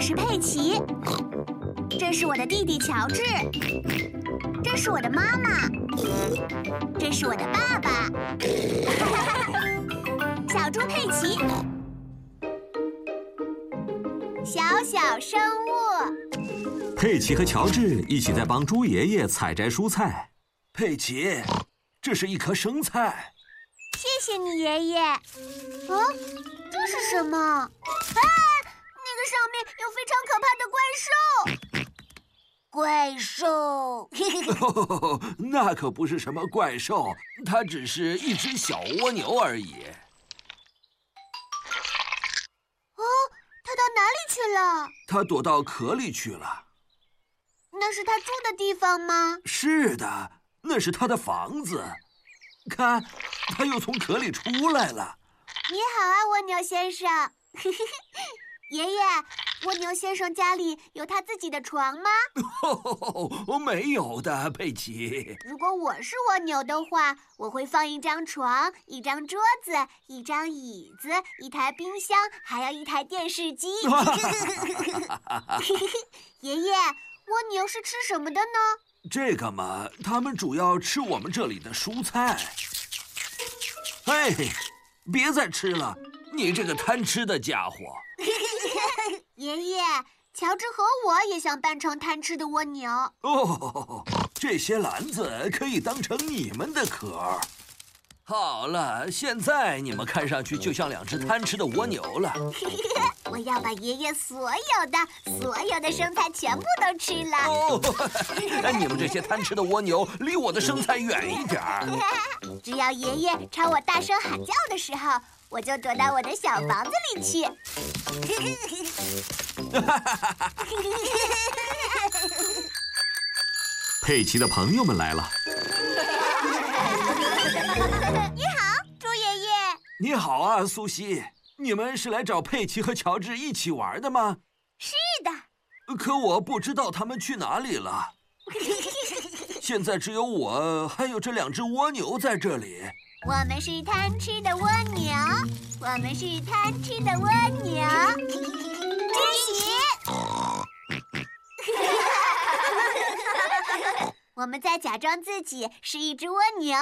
是佩奇，这是我的弟弟乔治，这是我的妈妈，这是我的爸爸，小猪佩奇，小小生物，佩奇和乔治一起在帮猪爷爷采摘蔬菜。佩奇，这是一颗生菜， 谢谢你爷爷。啊，这是什么？啊，那个上面有非常可怕的怪兽，怪 兽。那可不是什么怪兽，它只是一只小蜗牛而已。哦，它到哪里去了？它躲到壳里去了。那是它住的地方吗？是的，那是它的房子。看，它又从壳里出来了。 你好啊，蜗牛先生。 爷爷，蜗牛先生家里有他自己的床吗？哦，没有的，佩奇。如果我是蜗牛的话，我会放一张床、一张桌子、一张椅子、一台冰箱，还要一台电视机。 爷爷，蜗牛是吃什么的呢？这个嘛，它们主要吃我们这里的蔬菜。哎，别再吃了，你这个贪吃的家伙！爷爷，乔治和我也想扮成贪吃的蜗牛。哦，这些篮子可以当成你们的壳儿。好了，现在你们看上去就像两只贪吃的蜗牛了。 我要把爷爷所有的、所有的生菜全部都吃了。哦，你们这些贪吃的蜗牛，离我的生菜远一点儿。只要爷爷朝我大声喊叫的时候，我就躲到我的小房子里去。 佩奇的朋友们来了，你好，猪爷 爷。你好啊，苏西，你们是来找佩奇和乔治一起玩的吗？是的，可我不知道他们去哪里了。 现在只有我还有这两只蜗牛在这里。我们是贪吃的蜗牛，我们是贪吃的蜗 牛。惊喜！我们在假装自己是一只蜗 牛。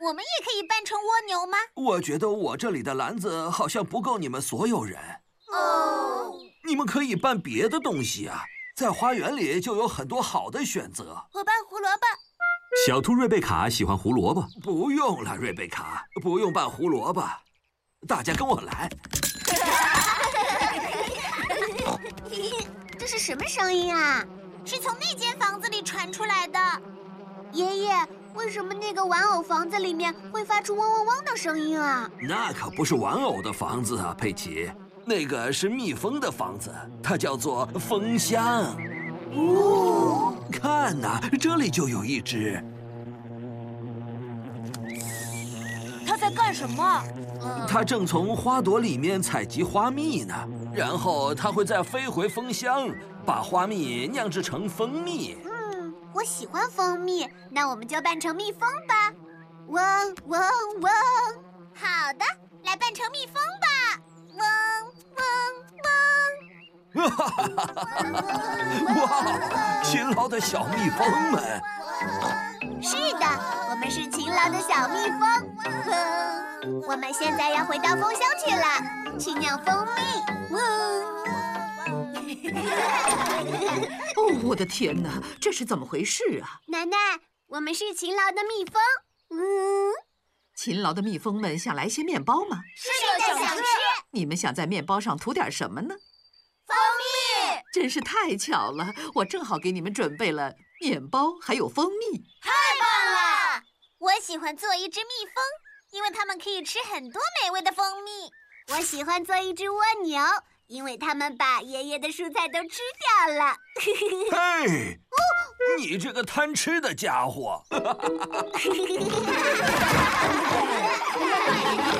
我们也可以扮成蜗牛吗？我觉得我这里的篮子好像不够你们所有人，哦，你们可以办别的东西啊。在花园里就有很多好的选择。我扮胡萝卜。小兔瑞贝卡喜欢胡萝卜，不用了，瑞贝卡，不用拌胡萝卜，大家跟我来。这是什么声音啊？是从那间房子里传出来的。爷爷，为什么那个玩偶房子里面会发出嗡嗡嗡的声音啊？那可不是玩偶的房子啊，佩奇，那个是蜜蜂的房子，它叫做蜂箱。哦，看呐、这里就有一只。他在干什么？嗯它正从花朵里面采集花蜜呢，然后它会再飞回蜂箱，把花蜜酿制成蜂蜜。嗯，我喜欢蜂蜜，那我们就扮成蜜蜂吧。嗡嗡嗡！好的，来扮成蜜蜂吧。嗡嗡嗡！哇，勤劳的小蜜蜂们！是的，我们是勤劳的小蜜蜂。嗡，我们现在要回到蜂箱去了，去酿蜂蜜。嗡，哦，我的天哪，这是怎么回事啊？奶奶，我们是勤劳的蜜蜂。嗯，勤劳的蜜蜂们想来些面包吗？是的，想吃。你们想在面包上涂点什么呢？蜂蜜，真是太巧了，我正好给你们准备了面包，还有蜂蜜。啊，我喜欢做一只蜜蜂，因为它们可以吃很多美味的蜂蜜。我喜欢做一只蜗牛，因为它们把爷爷的蔬菜都吃掉了。嘿，你这个贪吃的家伙！